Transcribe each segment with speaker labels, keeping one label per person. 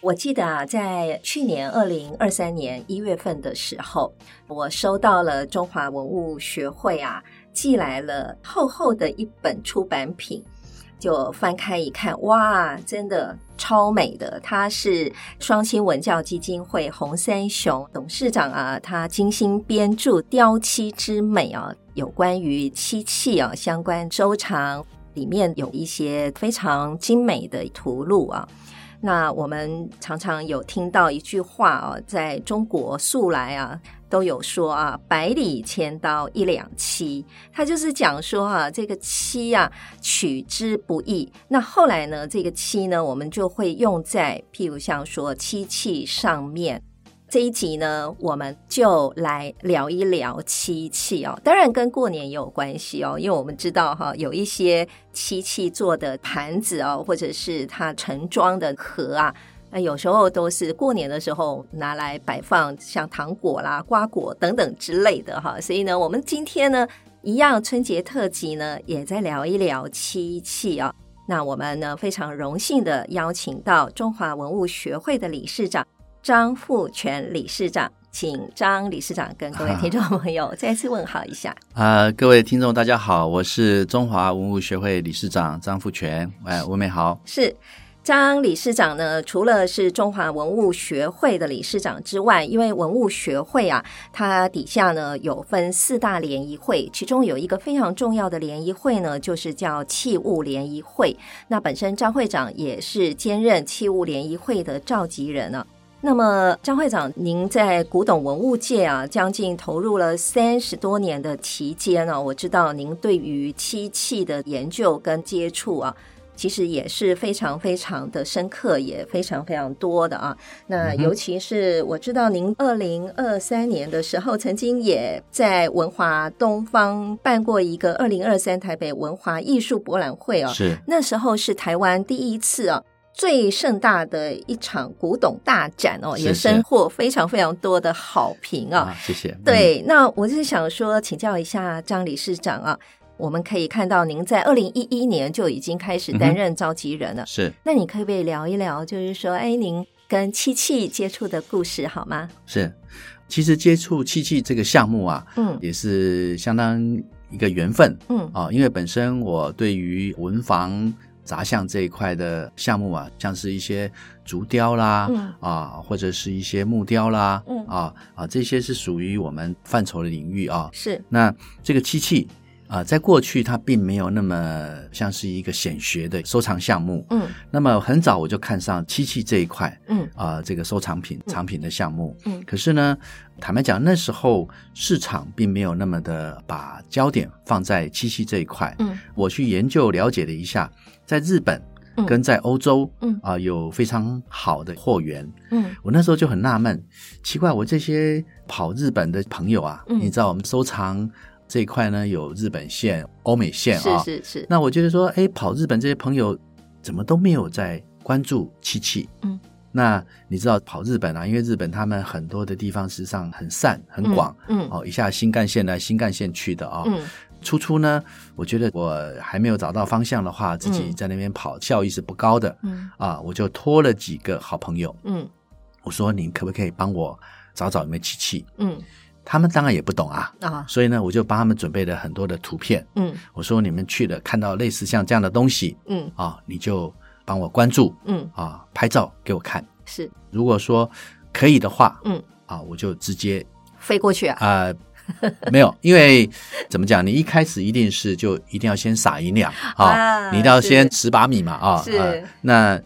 Speaker 1: 我记得啊，在去年二零二三年一月份的时候，我收到了中华文物学会啊寄来了厚厚的一本出版品，就翻开一看，哇，真的超美的！它是双亲文教基金会洪三雄董事长啊，他精心编著《雕漆之美》啊，有关于漆器啊相关收藏，里面有一些非常精美的图录啊。那我们常常有听到一句话哦，在中国素来啊都有说啊“百里千刀一两漆”，它就是讲说啊这个漆啊取之不易。那后来呢，这个漆呢，我们就会用在譬如像说漆器上面。这一集呢，我们就来聊一聊漆器哦，当然跟过年也有关系哦，因为我们知道哈、有一些漆器做的盘子哦，或者是它盛装的盒啊，那有时候都是过年的时候拿来摆放像糖果啦、瓜果等等之类的哈，所以呢，我们今天呢，一样春节特辑呢，也在聊一聊漆器啊。那我们呢，非常荣幸的邀请到中华文物学会的理事长。张富全理事长，请张理事长跟各位听众朋友再次问好一下。
Speaker 2: 啊、各位听众大家好，我是中华文物学会理事长张富全，哎，文美好，
Speaker 1: 是张理事长呢，除了是中华文物学会的理事长之外，因为文物学会啊，它底下呢有分四大联谊会，其中有一个非常重要的联谊会呢，就是叫器物联谊会。那本身张会长也是兼任器物联谊会的召集人啊。那么，张会长，您在古董文物界啊，将近投入了三十多年的期间呢、我知道您对于漆器的研究跟接触啊，其实也是非常非常的深刻，也非常非常多的啊。那尤其是我知道您二零二三年的时候，曾经也在文华东方办过一个二零二三台北文华艺术博览会啊，
Speaker 2: 是
Speaker 1: 那时候是台湾第一次啊。最盛大的一场古董大展哦，
Speaker 2: 是
Speaker 1: 也
Speaker 2: 是
Speaker 1: 收获非常非常多的好评啊。
Speaker 2: 啊，谢谢。嗯，
Speaker 1: 对，那我就是想说，请教一下张理事长啊，我们可以看到您在二零一一年就已经开始
Speaker 2: 嗯
Speaker 1: 担任召集人了，
Speaker 2: 是
Speaker 1: 那你可不可以聊一聊，就是说，哎，您跟漆器接触的故事好吗？
Speaker 2: 是，其实接触漆器这个项目啊，
Speaker 1: 嗯
Speaker 2: 也是相当一个缘分
Speaker 1: 嗯
Speaker 2: 啊，因为本身我对于文房杂项这一块的项目啊，像是一些竹雕啦，
Speaker 1: 嗯
Speaker 2: 啊，或者是一些木雕啦，
Speaker 1: 嗯
Speaker 2: 啊啊，这些是属于我们范畴的领域啊，
Speaker 1: 是
Speaker 2: 那这个漆器啊、在过去它并没有那么像是一个显学的收藏项目。
Speaker 1: 嗯
Speaker 2: 那么很早我就看上漆器这一块
Speaker 1: 嗯
Speaker 2: 啊、这个收藏品藏品的项目。
Speaker 1: 嗯
Speaker 2: 可是呢，坦白讲，那时候市场并没有那么的把焦点放在漆器这一块。
Speaker 1: 嗯
Speaker 2: 我去研究了解了一下，在日本
Speaker 1: 嗯
Speaker 2: 跟在欧洲，
Speaker 1: 嗯
Speaker 2: 啊、有非常好的货源。
Speaker 1: 嗯
Speaker 2: 我那时候就很纳闷，奇怪，我这些跑日本的朋友啊，
Speaker 1: 嗯
Speaker 2: 你知道我们收藏这一块呢，有日本线、欧美线
Speaker 1: 是
Speaker 2: 啊。
Speaker 1: 是是，
Speaker 2: 那我觉得说，哎，跑日本这些朋友怎么都没有在关注漆器？
Speaker 1: 嗯，
Speaker 2: 那你知道跑日本啊，因为日本他们很多的地方实际上很散、很广、
Speaker 1: 嗯
Speaker 2: 哦，一下新干线来新干线去的啊、
Speaker 1: 嗯
Speaker 2: 初初呢，我觉得我还没有找到方向的话，自己
Speaker 1: 嗯
Speaker 2: 在那边跑效益是不高的、
Speaker 1: 嗯
Speaker 2: 啊，我就托了几个好朋友。
Speaker 1: 嗯
Speaker 2: 我说您可不可以帮我找找有没有漆器？
Speaker 1: 嗯
Speaker 2: 他们当然也不懂啊，
Speaker 1: 啊
Speaker 2: 所以呢，我就帮他们准备了很多的图片。
Speaker 1: 嗯
Speaker 2: 我说你们去了看到类似像这样的东西
Speaker 1: 嗯
Speaker 2: 啊，你就帮我关注
Speaker 1: 嗯
Speaker 2: 啊，拍照给我看。
Speaker 1: 是
Speaker 2: 如果说可以的话，
Speaker 1: 嗯
Speaker 2: 啊，我就直接
Speaker 1: 飞过去啊，
Speaker 2: 啊。呃 没有，因为怎么讲？你一开始一定是就一定要先撒银两啊，
Speaker 1: 啊
Speaker 2: 你一定要
Speaker 1: 是
Speaker 2: 先十把米嘛啊，
Speaker 1: 是
Speaker 2: 呃那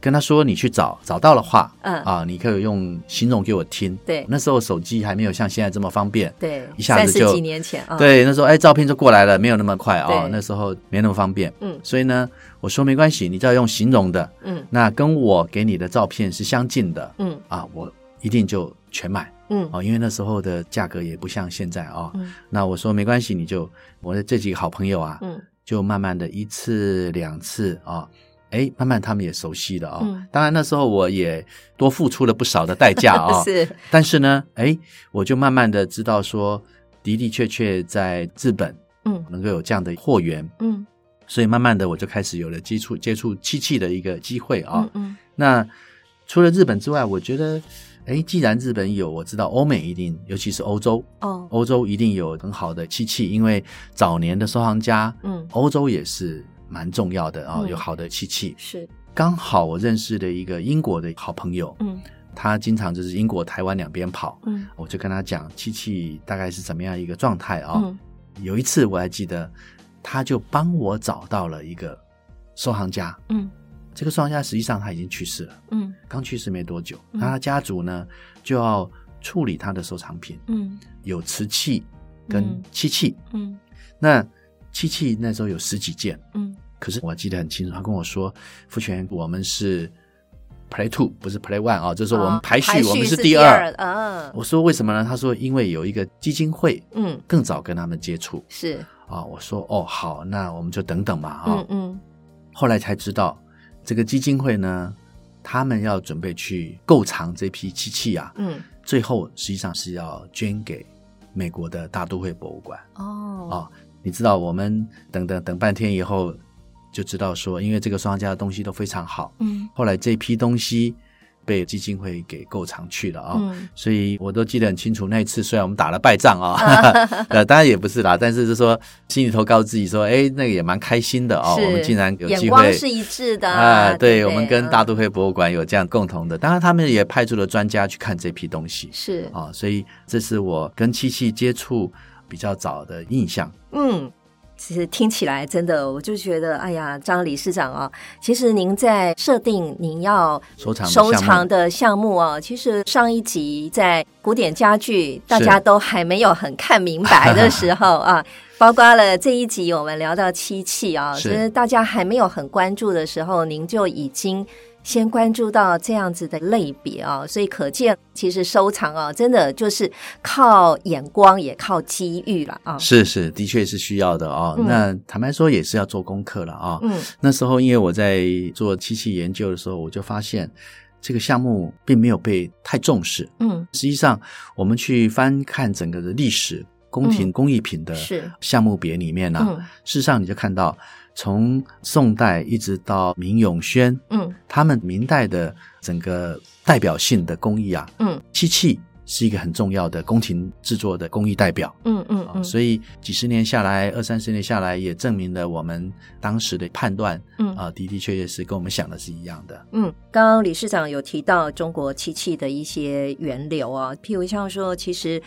Speaker 2: 跟他说你去找，找到的话，
Speaker 1: 嗯
Speaker 2: 啊，你可以用形容给我听。
Speaker 1: 对
Speaker 2: 那时候手机还没有像现在这么方便，
Speaker 1: 对，
Speaker 2: 一下子
Speaker 1: 三
Speaker 2: 就
Speaker 1: 十几年前啊，，
Speaker 2: 对，那时候哎，照片就过来了，没有那么快啊、
Speaker 1: 对
Speaker 2: 那时候没那么方便。
Speaker 1: 嗯
Speaker 2: 所以呢，我说没关系，你只要用形容的，
Speaker 1: 嗯
Speaker 2: 那跟我给你的照片是相近的
Speaker 1: 嗯
Speaker 2: 啊，我一定就全买
Speaker 1: 嗯
Speaker 2: 哦，因为那时候的价格也不像现在啊、
Speaker 1: 嗯
Speaker 2: 那我说没关系，你就我的这几个好朋友啊，
Speaker 1: 嗯
Speaker 2: 就慢慢的一次两次啊。哎，慢慢他们也熟悉了啊、
Speaker 1: 嗯
Speaker 2: 当然那时候我也多付出了不少的代价 啊、
Speaker 1: 是，
Speaker 2: 但是呢，哎，我就慢慢的知道说，的的确确在日本
Speaker 1: 嗯
Speaker 2: 能够有这样的货源，
Speaker 1: 嗯
Speaker 2: 所以慢慢的我就开始有了接触接触漆器的一个机会啊、
Speaker 1: 嗯嗯
Speaker 2: 那除了日本之外，我觉得，哎，既然日本有，我知道欧美一定，尤其是欧洲，
Speaker 1: 哦，
Speaker 2: 欧洲一定有很好的漆器，因为早年的收藏家，
Speaker 1: 嗯
Speaker 2: 欧洲也是蛮重要的啊、
Speaker 1: 嗯
Speaker 2: 有好的漆器。
Speaker 1: 是，
Speaker 2: 刚好我认识的一个英国的好朋友，
Speaker 1: 嗯
Speaker 2: 他经常就是英国、台湾两边跑。
Speaker 1: 嗯
Speaker 2: 我就跟他讲漆器大概是怎么样一个状态啊、
Speaker 1: 嗯
Speaker 2: 有一次我还记得，他就帮我找到了一个收藏家，
Speaker 1: 嗯
Speaker 2: 这个收藏家实际上他已经去世了，
Speaker 1: 嗯
Speaker 2: 刚去世没多久。
Speaker 1: 嗯
Speaker 2: 那他家族呢就要处理他的收藏品，
Speaker 1: 嗯
Speaker 2: 有瓷器
Speaker 1: 嗯
Speaker 2: 跟漆器。
Speaker 1: 嗯
Speaker 2: 那漆器那时候有十几件，
Speaker 1: 嗯
Speaker 2: 可是我记得很清楚，他跟我说：“傅全，我们是 play two，不是 play one 啊、就是我们
Speaker 1: 哦
Speaker 2: 排序，我们
Speaker 1: 是
Speaker 2: 第
Speaker 1: 二，。嗯
Speaker 2: 我说：“为什么呢？”他说：“因为有一个基金会
Speaker 1: 嗯
Speaker 2: 更早跟他们接触
Speaker 1: 是，
Speaker 2: 啊。”我说：“哦，好，那我们就等等嘛啊。
Speaker 1: 嗯嗯
Speaker 2: 后来才知道，这个基金会呢，他们要准备去购藏这批漆器啊，
Speaker 1: 嗯
Speaker 2: 最后实际上是要捐给美国的大都会博物馆啊、
Speaker 1: 哦，
Speaker 2: 你知道，我们等等等半天以后，就知道说，因为这个收藏家的东西都非常好，
Speaker 1: 嗯
Speaker 2: 后来这批东西被基金会给购藏去了啊、
Speaker 1: 嗯
Speaker 2: 所以我都记得很清楚。那一次虽然我们打了败 仗啊、 呃，当然也不是啦，但是就说心里头告自己说，哎，那个也蛮开心的哦，
Speaker 1: 是
Speaker 2: 我们竟然有
Speaker 1: 眼
Speaker 2: 机
Speaker 1: 光
Speaker 2: 会
Speaker 1: 是一致的
Speaker 2: 啊，对
Speaker 1: 对不
Speaker 2: 我们
Speaker 1: 对
Speaker 2: 跟大
Speaker 1: 嗯
Speaker 2: 都会博物馆有这样共同的，当然他们也派出了专家去看这批东西
Speaker 1: 嗯是，
Speaker 2: 啊，所以这是我跟漆器接触比较早的印象。
Speaker 1: 嗯，其实听起来真的，我就觉得，哎呀，张理事长啊，其实您在设定您要
Speaker 2: 收藏的项
Speaker 1: 收
Speaker 2: 目
Speaker 1: 藏的项目啊，其实上一集在古典家具大家都还没有很看明白的时 候啊。包括了这一集，我们聊到漆器啊，其
Speaker 2: 是
Speaker 1: 实大家还没有很关注的时候，您就已经先关注到这样子的类别啊，所以可见其实收藏啊，真的就是靠眼光也靠机遇了啊。
Speaker 2: 是是，的确是需要的哦。
Speaker 1: 嗯
Speaker 2: 那坦白说，也是要做功课了啊、
Speaker 1: 嗯
Speaker 2: 那时候因为我在做漆器研究的时候，我就发现这个项目并没有被太重视。
Speaker 1: 嗯，
Speaker 2: 实际上，我们去翻看整个的历史，宫廷
Speaker 1: 嗯
Speaker 2: 工艺品的
Speaker 1: 是
Speaker 2: 项目别里面呢、啊
Speaker 1: 嗯
Speaker 2: 事实上，你就看到从宋代一直到明永宣，
Speaker 1: 嗯
Speaker 2: 他们明代的整个代表性的工艺啊，
Speaker 1: 嗯
Speaker 2: 漆器是一个很重要的宫廷制作的工艺代表。
Speaker 1: 嗯嗯
Speaker 2: 啊
Speaker 1: 嗯，
Speaker 2: 所以几十年下来，二三十年下来，也证明了我们当时的判断
Speaker 1: 嗯
Speaker 2: 啊、的的确确是跟我们想的是一样的。
Speaker 1: 嗯，刚刚理事长有提到中国漆器的一些源流啊，譬如像说，其实，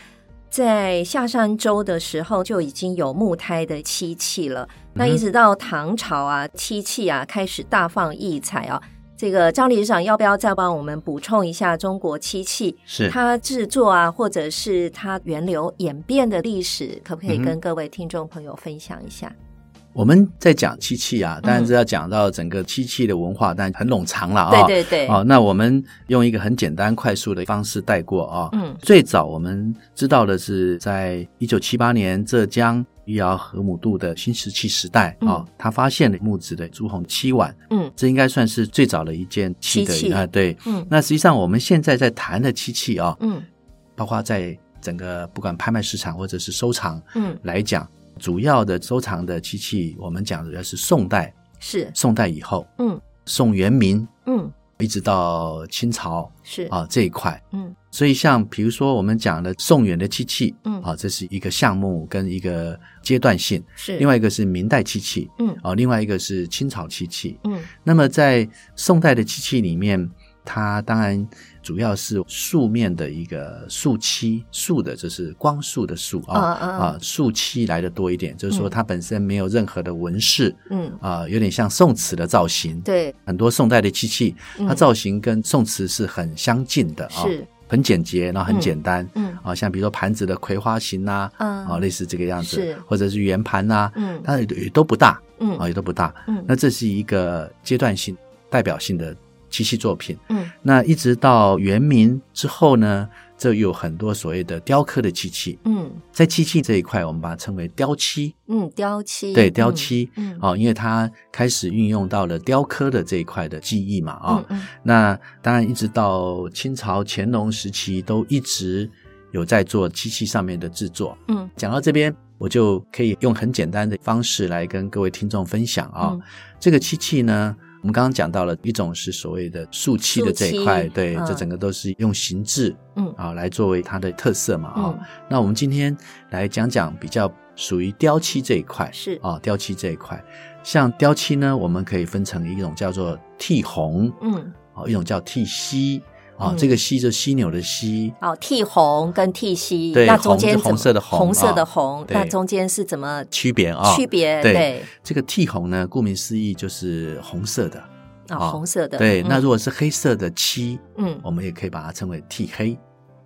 Speaker 1: 在夏商周的时候就已经有木胎的漆器了，
Speaker 2: 嗯
Speaker 1: 那一直到唐朝啊，漆器啊开始大放异彩啊。这个张理事长要不要再帮我们补充一下中国漆器
Speaker 2: 是
Speaker 1: 它制作啊，或者是它源流演变的历史，可不可以
Speaker 2: 嗯哼
Speaker 1: 跟各位听众朋友分享一下？
Speaker 2: 我们在讲漆器啊，当然是要讲到整个漆器的文化，但很冗长了啊、
Speaker 1: 嗯对对对，
Speaker 2: 哦，那我们用一个很简单、快速的方式带过啊、
Speaker 1: 嗯
Speaker 2: 最早我们知道的是，在一九七八年浙江余姚河姆渡的新石器时代啊、
Speaker 1: 嗯
Speaker 2: 他发现了木质的朱红漆碗，
Speaker 1: 嗯
Speaker 2: 这应该算是最早的一件器
Speaker 1: 漆器
Speaker 2: 的啊。对，
Speaker 1: 嗯
Speaker 2: 那实际上我们现在在谈的漆器啊，
Speaker 1: 嗯
Speaker 2: 包括在整个不管拍卖市场或者是收藏
Speaker 1: 嗯，
Speaker 2: 来讲，主要的收藏的漆器，我们讲主要是宋代，
Speaker 1: 是
Speaker 2: 宋代以后，
Speaker 1: 嗯，
Speaker 2: 宋元明
Speaker 1: 嗯
Speaker 2: 一直到清朝
Speaker 1: 是
Speaker 2: 啊这一块。
Speaker 1: 嗯
Speaker 2: 所以，像比如说我们讲的宋元的漆器，
Speaker 1: 嗯
Speaker 2: 啊，这是一个项目跟一个阶段性；
Speaker 1: 是
Speaker 2: 另外一个是明代漆器，
Speaker 1: 嗯
Speaker 2: 啊，另外一个是清朝漆器。
Speaker 1: 嗯
Speaker 2: 那么在宋代的漆器里面，它当然主要是素面的一个素漆，素的就是光素的素啊
Speaker 1: 嗯嗯
Speaker 2: 啊，素漆来的多一点，就是
Speaker 1: 嗯
Speaker 2: 说它本身没有任何的纹饰
Speaker 1: 嗯，
Speaker 2: 啊，有点像宋词的造型。
Speaker 1: 对，
Speaker 2: 很多宋代的漆器，
Speaker 1: 嗯
Speaker 2: 它造型跟宋词是很相近的啊，
Speaker 1: 是，
Speaker 2: 很简洁，然后很简单
Speaker 1: 嗯
Speaker 2: 啊，像比如说盘子的葵花形呐，
Speaker 1: 嗯
Speaker 2: 啊，类似这个样子
Speaker 1: 是，
Speaker 2: 或者是圆盘呐，
Speaker 1: 嗯
Speaker 2: 它也都也都不大啊，
Speaker 1: 嗯
Speaker 2: 也都不大。那
Speaker 1: 嗯
Speaker 2: 这是一个阶段性、代表性的漆器作品。
Speaker 1: 嗯
Speaker 2: 那一直到元明之后呢，这有很多所谓的雕刻的漆器，
Speaker 1: 嗯
Speaker 2: 在漆器这一块，我们把它称为雕漆，
Speaker 1: 嗯，雕漆，
Speaker 2: 对，
Speaker 1: 嗯
Speaker 2: 雕，漆。
Speaker 1: 嗯，
Speaker 2: 哦，因为它开始运用到了雕刻的这一块的技艺嘛，啊、
Speaker 1: 嗯嗯
Speaker 2: 那当然一直到清朝乾隆时期都一直有在做漆器上面的制作。
Speaker 1: 嗯
Speaker 2: 讲到这边，我就可以用很简单的方式来跟各位听众分享啊、
Speaker 1: 嗯
Speaker 2: 这个漆器呢，我们刚刚讲到了一种是所谓的树漆的这一块
Speaker 1: 树，漆
Speaker 2: 对、
Speaker 1: 嗯
Speaker 2: 这整个都是用形制
Speaker 1: 嗯
Speaker 2: 啊来作为它的特色嘛啊、
Speaker 1: 嗯，
Speaker 2: 那我们今天来讲讲比较属于雕漆这一块
Speaker 1: 是，
Speaker 2: 啊，雕漆这一块，像雕漆呢，我们可以分成一种叫做剔红
Speaker 1: 嗯，
Speaker 2: 啊，一种叫剔犀啊
Speaker 1: 嗯，
Speaker 2: 这个犀就是犀牛的犀。
Speaker 1: 哦，剃红跟剃西，
Speaker 2: 对
Speaker 1: 那中
Speaker 2: 红是
Speaker 1: 间怎
Speaker 2: 红
Speaker 1: 么
Speaker 2: 色的红
Speaker 1: 红色的
Speaker 2: 啊
Speaker 1: 红，
Speaker 2: 对
Speaker 1: 那中间是怎么
Speaker 2: 区别啊，
Speaker 1: 区别？
Speaker 2: 对
Speaker 1: 对，
Speaker 2: 这个剔红呢，顾名思义就是红色的。
Speaker 1: 啊，
Speaker 2: 啊
Speaker 1: 红色的，
Speaker 2: 对，
Speaker 1: 嗯
Speaker 2: 那如果是黑色的漆，
Speaker 1: 嗯，
Speaker 2: 我们也可以把它称为剔黑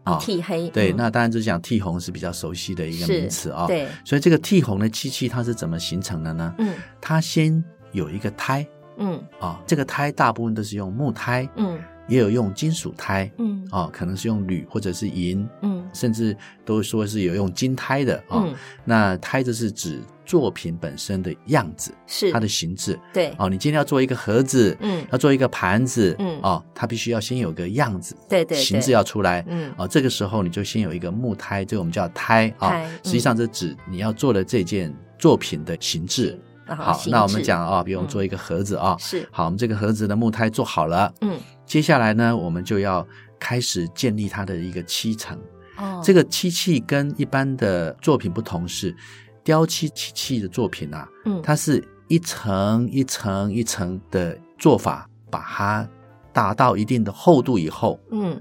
Speaker 2: 啊。
Speaker 1: 剃黑，
Speaker 2: 对，
Speaker 1: 嗯
Speaker 2: 那当然就讲剔红是比较熟悉的一个
Speaker 1: 是
Speaker 2: 名词啊。，
Speaker 1: 对，
Speaker 2: 所以这个剔红的漆器它是怎么形成的呢？
Speaker 1: 嗯
Speaker 2: 它先有一个胎
Speaker 1: 嗯
Speaker 2: 啊，这个胎大部分都是用木胎，
Speaker 1: 嗯
Speaker 2: 也有用金属胎
Speaker 1: 嗯
Speaker 2: 啊，可能是用铝或者是银，
Speaker 1: 嗯
Speaker 2: 甚至都说是有用金胎的啊。
Speaker 1: 嗯，
Speaker 2: 那胎就是指作品本身的样子，
Speaker 1: 是
Speaker 2: 它的形制。
Speaker 1: 对，
Speaker 2: 哦，你今天要做一个盒子，
Speaker 1: 嗯
Speaker 2: 要做一个盘子，
Speaker 1: 嗯
Speaker 2: 哦，它必须要先有个样子，
Speaker 1: 对对对
Speaker 2: 形制要出来，
Speaker 1: 嗯
Speaker 2: 哦，这个时候你就先有一个木胎，这个我们叫胎啊、
Speaker 1: 胎嗯
Speaker 2: 实际上这指你要做的这件作品的形制。
Speaker 1: 然后
Speaker 2: 好，
Speaker 1: 形
Speaker 2: 那我们
Speaker 1: 制
Speaker 2: 讲啊、比如我
Speaker 1: 嗯
Speaker 2: 们做一个盒子啊、
Speaker 1: 是，
Speaker 2: 好，我们这个盒子的木胎做好了，
Speaker 1: 嗯
Speaker 2: 接下来呢，我们就要开始建立它的一个漆层。
Speaker 1: 哦，
Speaker 2: 这个漆器跟一般的作品不同是，雕漆漆器的作品啊，
Speaker 1: 嗯
Speaker 2: 它是一层一层一层的做法，把它达到一定的厚度以后，
Speaker 1: 嗯。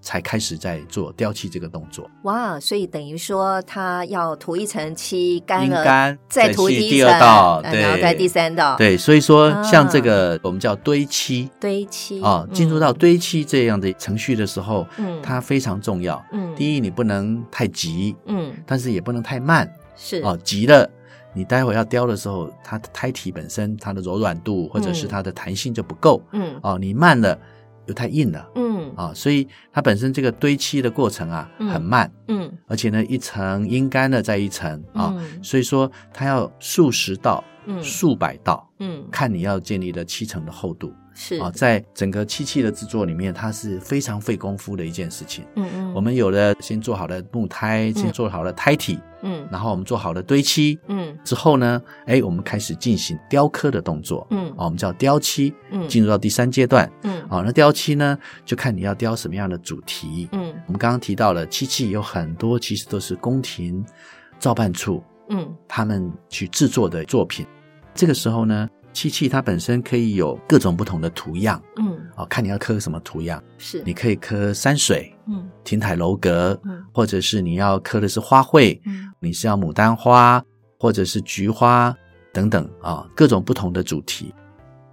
Speaker 2: 才开始在做雕漆这个动作。
Speaker 1: 哇，所以等于说，它要涂一层漆干
Speaker 2: 阴
Speaker 1: 了，
Speaker 2: 干
Speaker 1: 再
Speaker 2: 再
Speaker 1: 涂
Speaker 2: 去
Speaker 1: 第一
Speaker 2: 第
Speaker 1: 层，
Speaker 2: 二道
Speaker 1: 呃然后再
Speaker 2: 对
Speaker 1: 第三道，
Speaker 2: 对，所以说
Speaker 1: 啊
Speaker 2: 像这个我们叫堆漆
Speaker 1: 堆漆
Speaker 2: 啊，进入
Speaker 1: 嗯
Speaker 2: 到堆漆这样的程序的时候，
Speaker 1: 嗯
Speaker 2: 它非常重要。
Speaker 1: 嗯
Speaker 2: 第一，你不能太急，
Speaker 1: 嗯
Speaker 2: 但是也不能太慢。
Speaker 1: 是
Speaker 2: 哦，急了，你待会儿要雕的时候，它的胎体本身它的柔软度或者是
Speaker 1: 嗯
Speaker 2: 它的弹性就不够、
Speaker 1: 嗯
Speaker 2: 哦，你慢了又太硬了
Speaker 1: 嗯
Speaker 2: 啊、所以它本身这个堆漆的过程啊
Speaker 1: 嗯
Speaker 2: 很慢，
Speaker 1: 嗯
Speaker 2: 而且呢一层阴干了再一层啊、
Speaker 1: 嗯
Speaker 2: 所以说它要数十道、
Speaker 1: 嗯
Speaker 2: 数百道，
Speaker 1: 嗯
Speaker 2: 看你要建立的漆层的厚度
Speaker 1: 是
Speaker 2: 啊、在整个漆器的制作里面，它是非常费功夫的一件事情。
Speaker 1: 嗯嗯
Speaker 2: 我们有了先做好的木胎，
Speaker 1: 嗯
Speaker 2: 先做好了胎体，
Speaker 1: 嗯
Speaker 2: 然后我们做好了堆漆，
Speaker 1: 嗯
Speaker 2: 之后呢，哎，我们开始进行雕刻的动作，
Speaker 1: 嗯
Speaker 2: 啊，我们叫雕漆，
Speaker 1: 嗯
Speaker 2: 进入到第三阶段，
Speaker 1: 嗯
Speaker 2: 啊，那雕漆呢，就看你要雕什么样的主题。
Speaker 1: 嗯
Speaker 2: 我们刚刚提到了漆器有很多，其实都是宫廷造办处
Speaker 1: 嗯
Speaker 2: 他们去制作的作品。这个时候呢，漆器它本身可以有各种不同的图样，
Speaker 1: 嗯
Speaker 2: 啊，看你要刻什么图样，
Speaker 1: 是
Speaker 2: 你可以刻山水、
Speaker 1: 嗯
Speaker 2: 亭台楼阁，
Speaker 1: 嗯
Speaker 2: 或者是你要刻的是花卉，
Speaker 1: 嗯
Speaker 2: 你是要牡丹花，或者是菊花等等啊，各种不同的主题。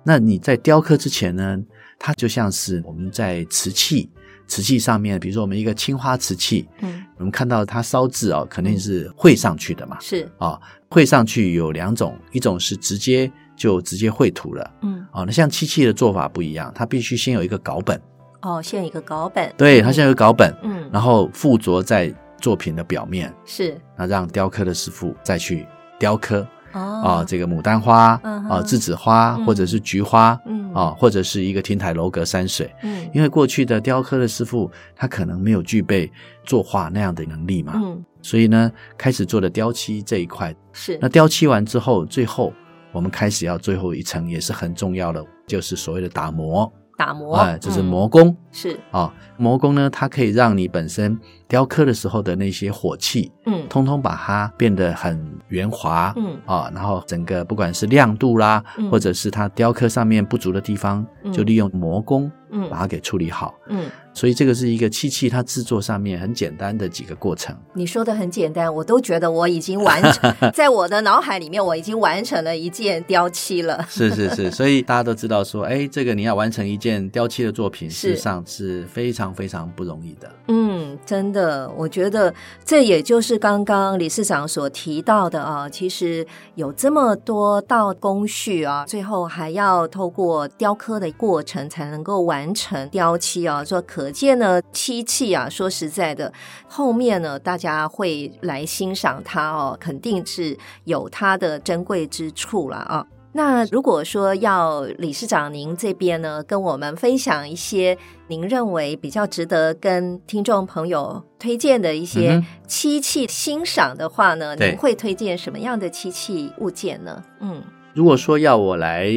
Speaker 2: 那你在雕刻之前呢，它就像是我们在瓷器，瓷器上面，比如说我们一个青花瓷器，
Speaker 1: 嗯
Speaker 2: 我们看到它烧制哦，肯定是绘上去的嘛，
Speaker 1: 是
Speaker 2: 啊，绘上去有两种，一种是直接就直接绘图了
Speaker 1: 嗯
Speaker 2: 啊，那像漆器的做法不一样，它必须先有一个稿本，
Speaker 1: 哦，先有一个稿本
Speaker 2: 对，它先有一个稿本，
Speaker 1: 嗯
Speaker 2: 然后附着在作品的表面，
Speaker 1: 是
Speaker 2: 那让雕刻的师傅再去雕刻啊、
Speaker 1: 哦
Speaker 2: 这个牡丹花
Speaker 1: 嗯
Speaker 2: 啊、
Speaker 1: 哼
Speaker 2: 栀子花
Speaker 1: 嗯
Speaker 2: 或者是菊花啊、
Speaker 1: 嗯
Speaker 2: 或者是一个亭台楼阁山水。
Speaker 1: 嗯
Speaker 2: 因为过去的雕刻的师傅，他可能没有具备作画那样的能力嘛，
Speaker 1: 嗯
Speaker 2: 所以呢，开始做了雕漆这一块。
Speaker 1: 是
Speaker 2: 那雕漆完之后，最后我们开始要最后一层也是很重要的，就是所谓的打磨
Speaker 1: 打磨
Speaker 2: 啊、就是
Speaker 1: 嗯
Speaker 2: 磨工
Speaker 1: 是
Speaker 2: 啊、磨工呢，它可以让你本身雕刻的时候的那些火气，
Speaker 1: 嗯
Speaker 2: 通通把它变得很圆滑，
Speaker 1: 嗯
Speaker 2: 啊，然后整个不管是亮度啦，
Speaker 1: 嗯
Speaker 2: 或者是它雕刻上面不足的地方，
Speaker 1: 嗯
Speaker 2: 就利用磨工
Speaker 1: 嗯
Speaker 2: 把它给处理好。
Speaker 1: 嗯，
Speaker 2: 所以这个是一个漆器它制作上面很简单的几个过程。
Speaker 1: 你说的很简单，我都觉得我已经完成，在我的脑海里面我已经完成了一件雕漆了。
Speaker 2: 是是是，所以大家都知道说，哎，这个你要完成一件雕漆的作品，
Speaker 1: 是
Speaker 2: 事实上是非常非常不容易的。
Speaker 1: 嗯，真的，我觉得这也就是刚刚理事长所提到的啊，其实有这么多道工序啊，最后还要透过雕刻的过程才能够完成雕漆啊。说可见呢，漆器啊，说实在的，后面呢大家会来欣赏它哦，肯定是有它的珍贵之处了啊。那如果说要理事长您这边呢，跟我们分享一些您认为比较值得跟听众朋友推荐的一些
Speaker 2: 嗯哼
Speaker 1: 漆器欣赏的话呢，
Speaker 2: 对
Speaker 1: 您会推荐什么样的漆器物件呢？嗯
Speaker 2: 如果说要我来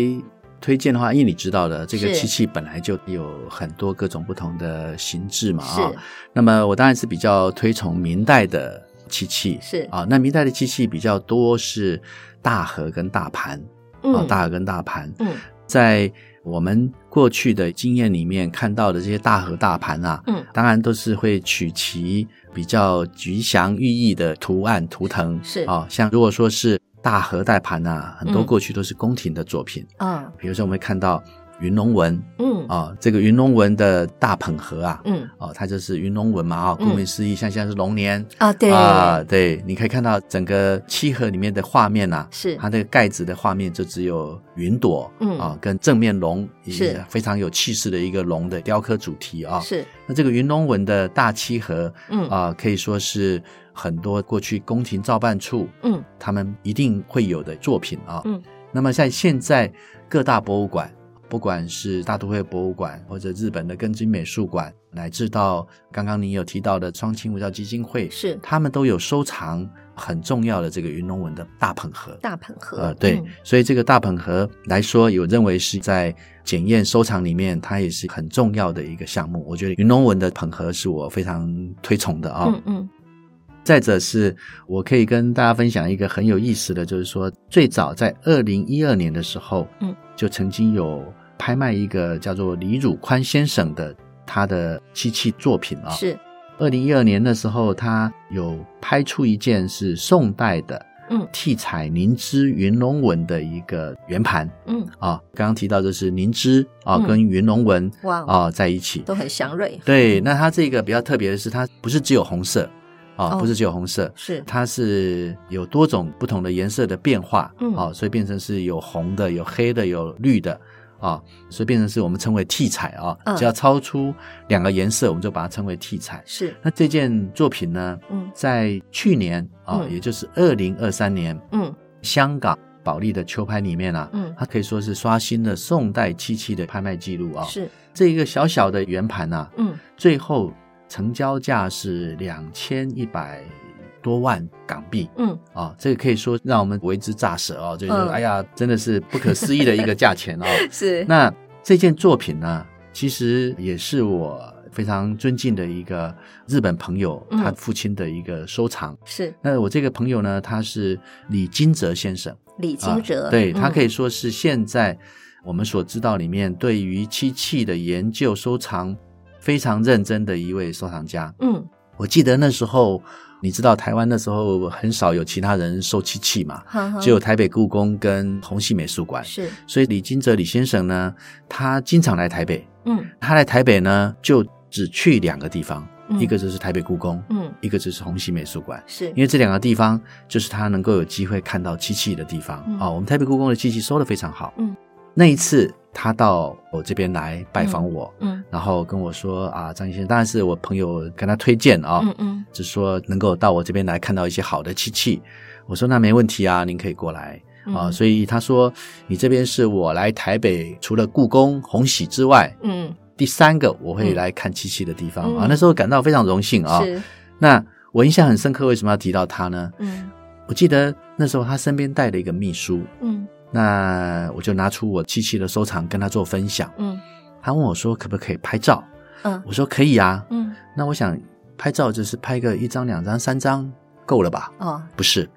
Speaker 2: 推荐的话，因为你知道的，这个
Speaker 1: 是
Speaker 2: 漆器本来就有很多各种不同的形制嘛，啊、
Speaker 1: 是
Speaker 2: 那么我当然是比较推崇明代的漆器，
Speaker 1: 是
Speaker 2: 啊，那明代的漆器比较多是大盒跟大盘啊、
Speaker 1: 嗯
Speaker 2: 大盒跟大盘，
Speaker 1: 嗯
Speaker 2: 在我们过去的经验里面看到的这些大盒大盘啊，
Speaker 1: 嗯，
Speaker 2: 当然都是会取其比较吉祥寓意的图案图腾，
Speaker 1: 是
Speaker 2: 啊、像如果说是大盒大盘啊，很多
Speaker 1: 嗯
Speaker 2: 过去都是宫廷的作品，
Speaker 1: 啊
Speaker 2: 比如说我们会看到云龙纹
Speaker 1: 嗯
Speaker 2: 啊、这个云龙纹的大捧盒啊，
Speaker 1: 嗯
Speaker 2: 哦，它就是云龙纹嘛啊，
Speaker 1: 嗯
Speaker 2: 顾名思义，像现在是龙年
Speaker 1: 啊对
Speaker 2: 啊，对，你可以看到整个漆盒里面的画面啊，
Speaker 1: 是
Speaker 2: 它那个盖子的画面就只有云朵，
Speaker 1: 嗯
Speaker 2: 啊，跟正面龙
Speaker 1: 是
Speaker 2: 非常有气势的一个龙的雕刻主题啊。
Speaker 1: 是
Speaker 2: 那这个云龙纹的大漆盒
Speaker 1: 嗯
Speaker 2: 啊，可以说是很多过去宫廷造办处
Speaker 1: 嗯
Speaker 2: 他们一定会有的作品啊。
Speaker 1: 嗯，
Speaker 2: 那么在现在各大博物馆，不管是大都会博物馆或者日本的根津美术馆，乃至到刚刚你有提到的双清文教基金会，
Speaker 1: 是
Speaker 2: 他们都有收藏很重要的这个云龙纹的大捧盒。
Speaker 1: 大捧盒
Speaker 2: 呃，对，
Speaker 1: 嗯
Speaker 2: 所以这个大捧盒来说，有认为是在检验收藏里面，它也是很重要的一个项目。我觉得云龙纹的捧盒是我非常推崇的啊、
Speaker 1: 嗯嗯
Speaker 2: 再者是，我可以跟大家分享一个很有意思的，就是说，最早在二零一二年的时候，
Speaker 1: 嗯，
Speaker 2: 就曾经有拍卖一个叫做李汝宽先生的他的漆器作品啊、
Speaker 1: 是
Speaker 2: 二零一二年的时候，他有拍出一件是宋代的，
Speaker 1: 嗯
Speaker 2: 替彩凝脂云龙纹的一个圆盘
Speaker 1: 嗯
Speaker 2: 啊。刚刚提到就是凝脂啊
Speaker 1: 嗯
Speaker 2: 跟云龙纹
Speaker 1: 哇哦
Speaker 2: 啊在一起，
Speaker 1: 都很祥瑞
Speaker 2: 对。那它这个比较特别的是，它不是只有红色啊，
Speaker 1: 哦
Speaker 2: 不是只有红色，
Speaker 1: 是
Speaker 2: 它是有多种不同的颜色的变化，
Speaker 1: 嗯
Speaker 2: 哦，所以变成是有红的、有黑的、有绿的，啊、所以变成是我们称为替彩啊、
Speaker 1: 嗯
Speaker 2: 只要超出两个颜色，我们就把它称为替彩。
Speaker 1: 是
Speaker 2: 那这件作品呢，
Speaker 1: 嗯
Speaker 2: 在去年啊、
Speaker 1: 嗯
Speaker 2: 也就是二零二三年，
Speaker 1: 嗯
Speaker 2: 香港保利的秋拍里面啊，
Speaker 1: 嗯
Speaker 2: 它可以说是刷新了宋代漆器的拍卖记录啊、
Speaker 1: 是
Speaker 2: 这一个小小的圆盘啊，
Speaker 1: 嗯
Speaker 2: 最后成交价是两千一百多万港币
Speaker 1: 嗯
Speaker 2: 啊、这个可以说让我们为之咋舌哦，就是、
Speaker 1: 嗯
Speaker 2: 哎呀，真的是不可思议的一个价钱哦。
Speaker 1: 是
Speaker 2: 那这件作品呢，其实也是我非常尊敬的一个日本朋友，
Speaker 1: 嗯
Speaker 2: 他父亲的一个收藏。
Speaker 1: 是
Speaker 2: 那我这个朋友呢，他是李金哲先生，
Speaker 1: 李金嗯哲
Speaker 2: 啊对他可
Speaker 1: 以
Speaker 2: 以说是现在我们所知道里面对于漆器的研究收藏非常认真的一位收藏家。
Speaker 1: 嗯
Speaker 2: 我记得那时候，你知道台湾那时候很少有其他人收漆器嘛，
Speaker 1: 哈哈
Speaker 2: 只有台北故宫跟红系美术馆。
Speaker 1: 是
Speaker 2: 所以李金哲李先生呢，他经常来台北。
Speaker 1: 嗯
Speaker 2: 他来台北呢，就只去两个地方，
Speaker 1: 嗯
Speaker 2: 一个就是台北故宫，
Speaker 1: 嗯
Speaker 2: 一个就是红系美术馆。
Speaker 1: 是
Speaker 2: 因为这两个地方就是他能够有机会看到漆器的地方啊、
Speaker 1: 嗯
Speaker 2: 我们台北故宫的漆器收的非常好。
Speaker 1: 嗯，
Speaker 2: 那一次他到我这边来拜访我，
Speaker 1: 嗯
Speaker 2: 然后跟我说啊，张先生，当然是我朋友跟他推荐啊、
Speaker 1: 嗯嗯
Speaker 2: 就说能够到我这边来看到一些好的漆器。我说那没问题啊，您可以过来啊、
Speaker 1: 嗯
Speaker 2: 所以他说你这边是我来台北除了故宫、红喜之外。
Speaker 1: 嗯
Speaker 2: 第三个我会
Speaker 1: 嗯
Speaker 2: 来看漆器的地方、
Speaker 1: 嗯
Speaker 2: 啊，那时候感到非常荣幸啊。
Speaker 1: 是
Speaker 2: 那我印象很深刻，为什么要提到他呢？
Speaker 1: 嗯
Speaker 2: 我记得那时候他身边带了一个秘书，
Speaker 1: 嗯
Speaker 2: 那我就拿出我漆器的收藏跟他做分享。
Speaker 1: 嗯
Speaker 2: 他问我说可不可以拍照？
Speaker 1: 嗯
Speaker 2: 我说可以啊。
Speaker 1: 嗯
Speaker 2: 那我想拍照只是拍个一张、两张、三张够了吧？
Speaker 1: 哦，
Speaker 2: 不是，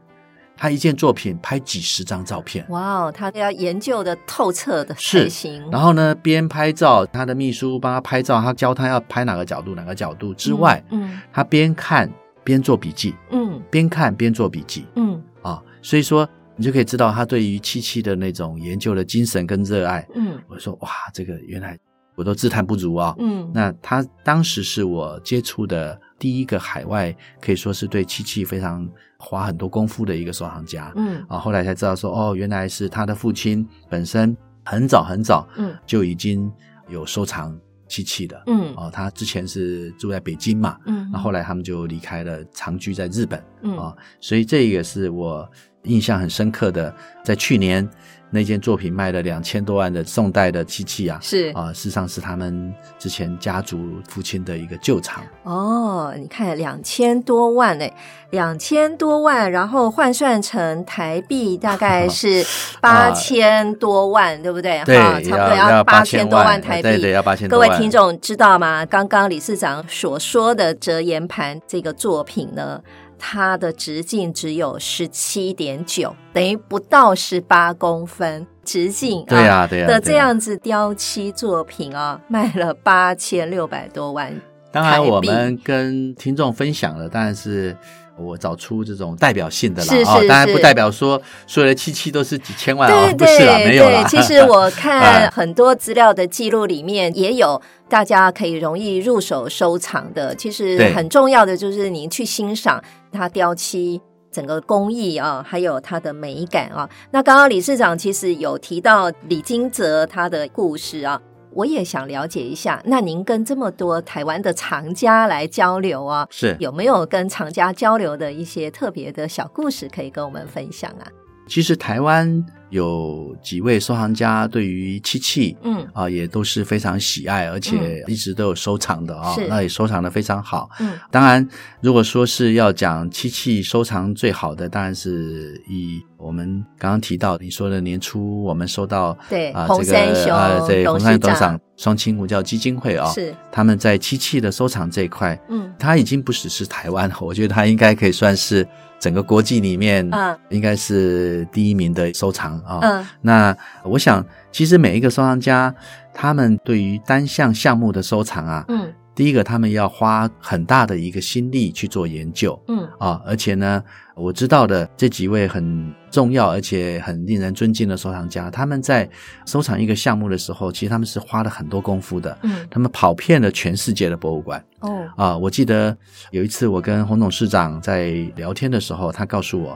Speaker 2: 他一件作品拍几十张照片，
Speaker 1: 哇哦，他要研究的透彻的才
Speaker 2: 是
Speaker 1: 行。
Speaker 2: 然后呢，边拍照，他的秘书帮他拍照，他教他要拍哪个角度、哪个角度之外，
Speaker 1: 嗯
Speaker 2: 他边看边做笔记，
Speaker 1: 嗯
Speaker 2: 边看边做笔记
Speaker 1: 嗯
Speaker 2: 啊。所以说，你就可以知道他对于漆器的那种研究的精神跟热爱。
Speaker 1: 嗯
Speaker 2: 我说哇，这个原来我都自叹不如啊。
Speaker 1: 嗯，
Speaker 2: 那他当时是我接触的第一个海外，可以说是对漆器非常花很多功夫的一个收藏家。
Speaker 1: 嗯
Speaker 2: 啊，后来才知道说，哦，原来是他的父亲本身很早很早
Speaker 1: 嗯
Speaker 2: 就已经有收藏漆器的。
Speaker 1: 嗯
Speaker 2: 哦，他之前是住在北京嘛，
Speaker 1: 嗯，
Speaker 2: 那后来他们就离开了，长居在日本。
Speaker 1: 嗯
Speaker 2: 啊，所以这个是我印象很深刻的，在去年那件作品卖了两千多万的宋代的漆器啊，
Speaker 1: 是
Speaker 2: 啊、事实上是他们之前家族父亲的一个旧厂，
Speaker 1: 哦，你看两千多万呢，两千多万，然后换算成台币大 概是八
Speaker 2: 啊
Speaker 1: 千多万，对不对？
Speaker 2: 对，
Speaker 1: 哈，啊差不多
Speaker 2: 要
Speaker 1: 八
Speaker 2: 千哎
Speaker 1: 多万台币。
Speaker 2: 对对，要八千
Speaker 1: 各
Speaker 2: 多
Speaker 1: 位
Speaker 2: 万。
Speaker 1: 听众知道吗？刚刚理事长所说的《折颜盘》这个作品呢，它的直径只有十七点九，等于不到十八公分直径啊
Speaker 2: 对呀、对呀、啊
Speaker 1: 的
Speaker 2: 对
Speaker 1: 这
Speaker 2: 呀
Speaker 1: 样子雕漆作品啊，卖了八千六百多万。
Speaker 2: 当然，我
Speaker 1: 台
Speaker 2: 们跟听众分享的当然是我找出这种代表性的啦
Speaker 1: 是
Speaker 2: 啊、
Speaker 1: 是
Speaker 2: 当然
Speaker 1: 是
Speaker 2: 不代表说所有的漆器都是几千万啊、
Speaker 1: 对
Speaker 2: 不是啦，
Speaker 1: 对
Speaker 2: 没有啦。
Speaker 1: 对，其实 我看
Speaker 2: 哎
Speaker 1: 很多资料的记录里面也有大家可以容易入手收藏的。其实
Speaker 2: 对
Speaker 1: 很重要的就是您去欣赏它雕漆。整个工艺啊，还有它的美感啊。那刚刚理事长其实有提到李金泽他的故事啊，我也想了解一下。那您跟这么多台湾的藏家来交流啊，
Speaker 2: 是
Speaker 1: 有没有跟藏家交流的一些特别的小故事可以跟我们分享啊？
Speaker 2: 其实台湾有几位收藏家对于漆器
Speaker 1: 嗯
Speaker 2: 啊、也都是非常喜爱，而且一直都有收藏的啊、
Speaker 1: 是
Speaker 2: 那也收藏的非常好。
Speaker 1: 嗯
Speaker 2: 当然，如果说是要讲漆器收藏最好的，当然是以我们刚刚提到你说的年初我们收到
Speaker 1: 对
Speaker 2: 啊、
Speaker 1: 红
Speaker 2: 这
Speaker 1: 山
Speaker 2: 个啊、
Speaker 1: 兄
Speaker 2: 对
Speaker 1: 董
Speaker 2: 红
Speaker 1: 事
Speaker 2: 山董事
Speaker 1: 长
Speaker 2: 长双亲胡教基金会啊、
Speaker 1: 是，
Speaker 2: 他们在漆器的收藏这一块，
Speaker 1: 嗯
Speaker 2: 它已经不只是台湾 了，我觉得它应该可以算是整个国际里面
Speaker 1: 嗯
Speaker 2: 应该是第一名的收藏啊。
Speaker 1: 嗯
Speaker 2: 那我想，其实每一个收藏家，他们对于单项项目的收藏啊，
Speaker 1: 嗯
Speaker 2: 第一个他们要花很大的一个心力去做研究
Speaker 1: 嗯
Speaker 2: 啊，而且呢，我知道的这几位很重要而且很令人尊敬的收藏家，他们在收藏一个项目的时候，其实他们是花了很多功夫的，
Speaker 1: 嗯
Speaker 2: 他们跑遍了全世界的博物馆。
Speaker 1: 哦
Speaker 2: 啊，我记得有一次我跟洪董事长在聊天的时候，他告诉我，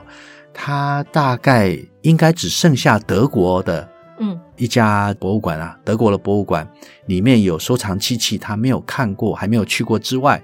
Speaker 2: 他大概应该只剩下德国的
Speaker 1: 嗯
Speaker 2: 一家博物馆啊，德国的博物馆里面有收藏漆器，他没有看过，还没有去过之外，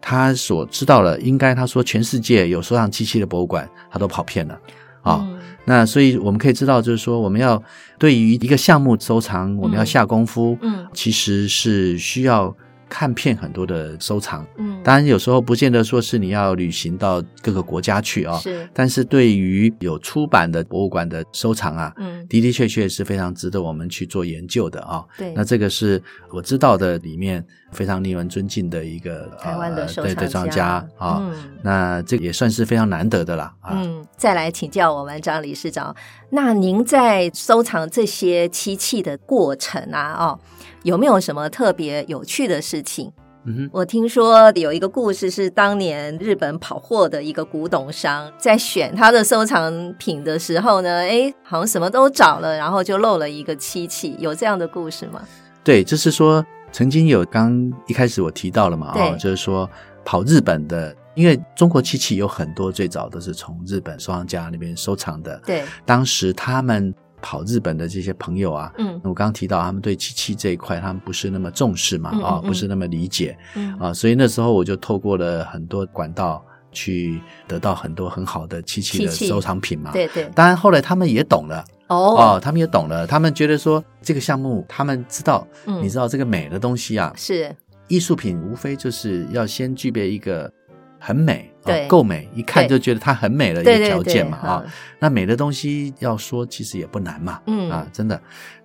Speaker 2: 他所知道的，应该他说全世界有收藏漆器的博物馆，他都跑遍了啊。
Speaker 1: 嗯
Speaker 2: 那所以我们可以知道，就是说我们要对于一个项目收藏，我们要
Speaker 1: 嗯
Speaker 2: 下功夫，
Speaker 1: 嗯
Speaker 2: 其实是需要看遍很多的收藏。
Speaker 1: 嗯，
Speaker 2: 当然，有时候不见得说是你要旅行到各个国家去啊、
Speaker 1: 是
Speaker 2: 但是对于有出版的博物馆的收藏啊，
Speaker 1: 嗯
Speaker 2: 的的确确是非常值得我们去做研究的啊、
Speaker 1: 对
Speaker 2: 那，这个是我知道的里面非常令人尊敬的一个
Speaker 1: 台湾的收
Speaker 2: 呃、对对
Speaker 1: 藏
Speaker 2: 藏家啊、
Speaker 1: 嗯
Speaker 2: 那这个也算是非常难得的啦啊。
Speaker 1: 嗯，再来请教我们张理事长，那您在收藏这些漆器的过程啊，哦，有没有什么特别有趣的事情？
Speaker 2: 嗯哼，
Speaker 1: 我听说有一个故事是当年日本跑货的一个古董商在选他的收藏品的时候呢，哎，好像什么都找了，然后就漏了一个漆器，有这样的故事吗？
Speaker 2: 对，就是说曾经有刚一开始我提到了嘛啊、
Speaker 1: 对
Speaker 2: 就是说跑日本的。因为中国漆器有很多最早都是从日本收藏家那边收藏的，
Speaker 1: 对，
Speaker 2: 当时他们跑日本的这些朋友啊，
Speaker 1: 嗯
Speaker 2: 我刚刚提到他们对漆器这一块，他们不是那么重视嘛，
Speaker 1: 嗯嗯，
Speaker 2: 啊
Speaker 1: 嗯
Speaker 2: 不是那么理解
Speaker 1: 嗯
Speaker 2: 啊，所以那时候我就透过了很多管道去得到很多很好的漆器的
Speaker 1: 漆器
Speaker 2: 收藏品嘛。
Speaker 1: 对对，
Speaker 2: 当然后来他们也懂了
Speaker 1: 哦，
Speaker 2: 哦，他们也懂了，他们觉得说这个项目，他们知道，
Speaker 1: 嗯
Speaker 2: 你知道这个美的东西啊，
Speaker 1: 是，
Speaker 2: 艺术品无非就是要先具备一个很美，啊
Speaker 1: 对，
Speaker 2: 够美，一看就觉得它很美的一
Speaker 1: 对
Speaker 2: 个
Speaker 1: 对
Speaker 2: 条
Speaker 1: 对嗯
Speaker 2: 件嘛
Speaker 1: 好
Speaker 2: 啊。那美的东西要说其实也不难嘛，
Speaker 1: 嗯
Speaker 2: 啊，真的。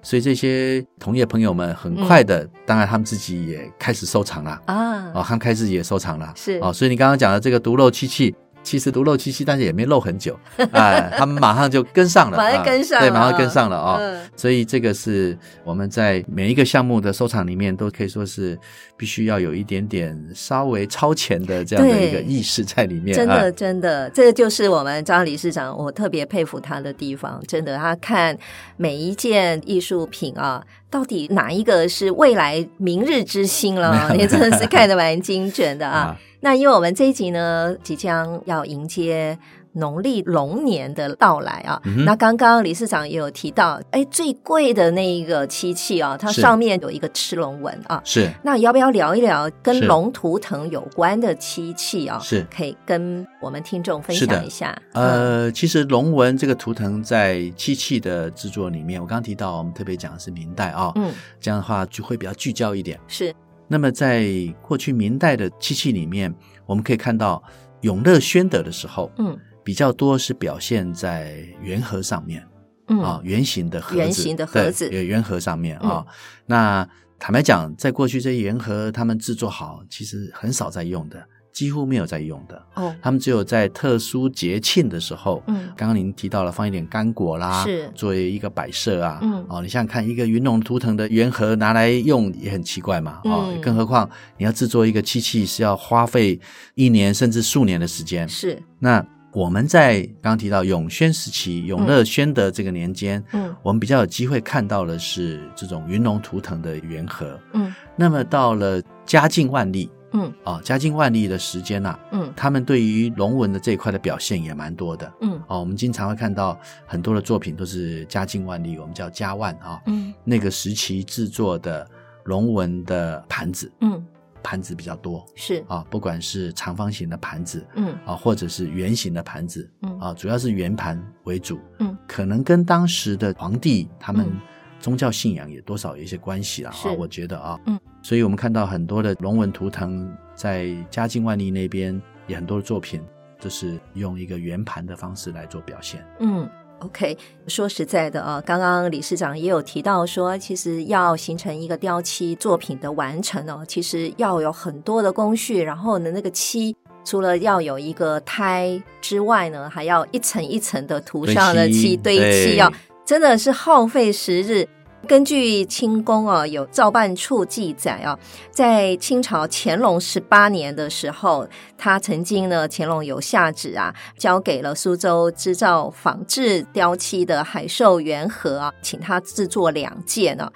Speaker 2: 所以这些同业朋友们很快的，当然他们自己也开始收藏啦，
Speaker 1: 啊，
Speaker 2: 啊，他们开始也收藏啦。
Speaker 1: 是
Speaker 2: 啊，所以你刚刚讲的这个独漏漆器。其实独漏漆器，但是也没漏 很久，哎，他们马上就跟上了，
Speaker 1: 马上
Speaker 2: 啊
Speaker 1: 跟上
Speaker 2: 对，
Speaker 1: 了
Speaker 2: 马
Speaker 1: 啊
Speaker 2: 上跟上了啊、
Speaker 1: 嗯
Speaker 2: 所以这个是我们在每一个项目的收藏里面，都可以说是必须要有一点点稍微超前的这样的一个
Speaker 1: 对
Speaker 2: 意识在里面。
Speaker 1: 真
Speaker 2: 哎
Speaker 1: 的，真的，这就是我们张理事长，我特别佩服他的地方。真的，他看每一件艺术品啊，到底哪一个是未来明日之星了？你真的是看得蛮精准的啊。
Speaker 2: 啊，
Speaker 1: 那因为我们这一集呢，即将要迎接农历龙年的到来啊。
Speaker 2: 嗯哼
Speaker 1: 那刚刚理事长也有提到，哎，最贵的那一个漆器啊，它
Speaker 2: 是
Speaker 1: 上面有一个螭龙纹啊。
Speaker 2: 是
Speaker 1: 那要不要聊一聊跟
Speaker 2: 是
Speaker 1: 龙图腾有关的漆器啊？
Speaker 2: 是
Speaker 1: 可以跟我们听众分
Speaker 2: 是的
Speaker 1: 享一下。嗯，
Speaker 2: 呃，其实龙纹这个图腾在漆器的制作里面，我刚刚提到，我们特别讲的是明代啊、
Speaker 1: 嗯，
Speaker 2: 这样的话就会比较聚焦一点。
Speaker 1: 是，
Speaker 2: 那么在过去明代的漆器里面，我们可以看到永乐宣德的时候，
Speaker 1: 嗯
Speaker 2: 比较多是表现在圆盒上面。
Speaker 1: 嗯，
Speaker 2: 啊、圆形的盒子，
Speaker 1: 圆形的盒
Speaker 2: 对
Speaker 1: 子
Speaker 2: 圆圆盒上面啊、
Speaker 1: 嗯
Speaker 2: 那坦白讲，在过去这些圆盒他们制作好，其实很少在用的，几乎没有在用的。
Speaker 1: 哦，
Speaker 2: 他们只有在特殊节庆的时候，
Speaker 1: 嗯
Speaker 2: 刚刚您提到了放一点干果啦，
Speaker 1: 是
Speaker 2: 作为一个摆设啊，
Speaker 1: 嗯
Speaker 2: 哦，你想想看，一个云龙图腾的圆盒拿来用也很奇怪嘛，哦，
Speaker 1: 嗯
Speaker 2: 更何况你要制作一个漆器是要花费一年甚至数年的时间，
Speaker 1: 是，
Speaker 2: 那我们在刚刚提到永宣时期、永乐宣德这个年间，
Speaker 1: 嗯
Speaker 2: 我们比较有机会看到的是这种云龙图腾的圆盒。
Speaker 1: 嗯
Speaker 2: 那么到了嘉靖万历
Speaker 1: 嗯
Speaker 2: 啊、嘉靖万历的时间呐、
Speaker 1: 嗯
Speaker 2: 他们对于龙纹的这一块的表现也蛮多的。
Speaker 1: 嗯
Speaker 2: 哦，我们经常会看到很多的作品都是嘉靖万历，我们叫嘉万啊、
Speaker 1: 嗯
Speaker 2: 那个时期制作的龙纹的盘子，
Speaker 1: 嗯，
Speaker 2: 盘子比较多
Speaker 1: 是，
Speaker 2: 啊、不管是长方形的盘子，
Speaker 1: 嗯
Speaker 2: 啊，或者是圆形的盘子
Speaker 1: 嗯
Speaker 2: 啊，主要是圆盘为主。
Speaker 1: 嗯，
Speaker 2: 可能跟当时的皇帝他们
Speaker 1: 嗯
Speaker 2: 宗教信仰也多少有一些关系了啊
Speaker 1: 是，
Speaker 2: 我觉得啊，
Speaker 1: 嗯，
Speaker 2: 所以我们看到很多的龙纹图腾在嘉靖万历那边也很多的作品，就是用一个圆盘的方式来做表现。
Speaker 1: 嗯，OK，说实在的啊，刚刚理事长也有提到说，其实要形成一个雕漆作品的完成哦，其实要有很多的工序，然后呢，那个漆。除了要有一个胎之外呢，还要一层一层的涂上了漆堆漆哦，真的是耗费时日。根据清宫啊有造办处记载啊，在清朝乾隆十八年的时候，他曾经呢，乾隆有下旨啊，交给了苏州织造仿制雕漆的海寿元和啊，请他制作两件呢、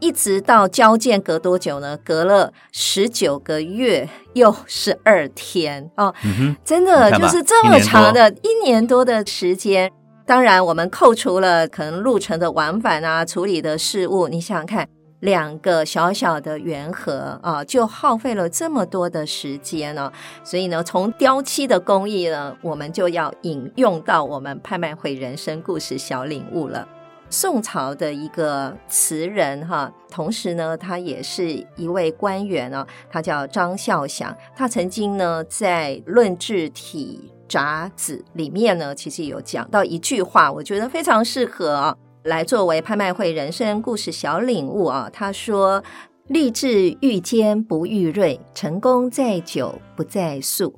Speaker 1: 一直到交件隔多久呢？隔了十九个月又十二天哦，
Speaker 2: 嗯哼，
Speaker 1: 真的
Speaker 2: 你看
Speaker 1: 就
Speaker 2: 吧
Speaker 1: 是这么长的一年多的时间。当然，我们扣除了可能路程的往返啊，处理的事物，你想想看，两个小小的圆盒啊，就耗费了这么多的时间呢、所以呢，从雕漆的工艺呢，我们就要引用到我们拍卖会人生故事小领悟了。宋朝的一个词人哈，同时呢，他也是一位官员哦，他叫张孝祥。他曾经呢，在《论治体札子》里面呢，其实有讲到一句话，我觉得非常适合啊，来作为拍卖会人生故事小领悟啊。他说：“立志欲坚不欲锐，成功在久不在速。”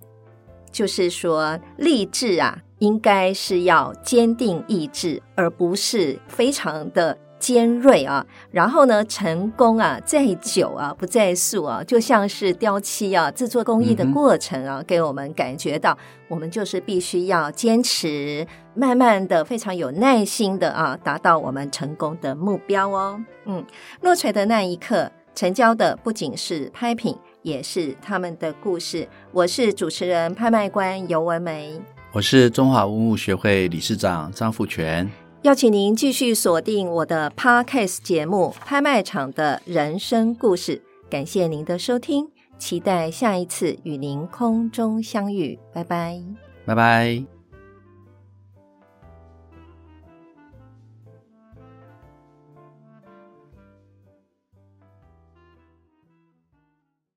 Speaker 1: 就是说，励志啊，应该是要坚定意志，而不是非常的尖锐啊。然后呢，成功啊，在久啊，不在速啊，就像是雕漆啊制作工艺的
Speaker 2: 嗯哼
Speaker 1: 过程啊，给我们感觉到，我们就是必须要坚持，慢慢的，非常有耐心的啊，达到我们成功的目标哦。嗯，落锤的那一刻，成交的不仅是拍品，也是他们的故事。我是主持人、拍卖官尤文梅，
Speaker 2: 我是中华文物学会理事长张富全。
Speaker 1: 邀请您继续锁定我的 Podcast 节目《拍卖场的人生故事》。感谢您的收听，期待下一次与您空中相遇，拜拜。
Speaker 2: 拜拜。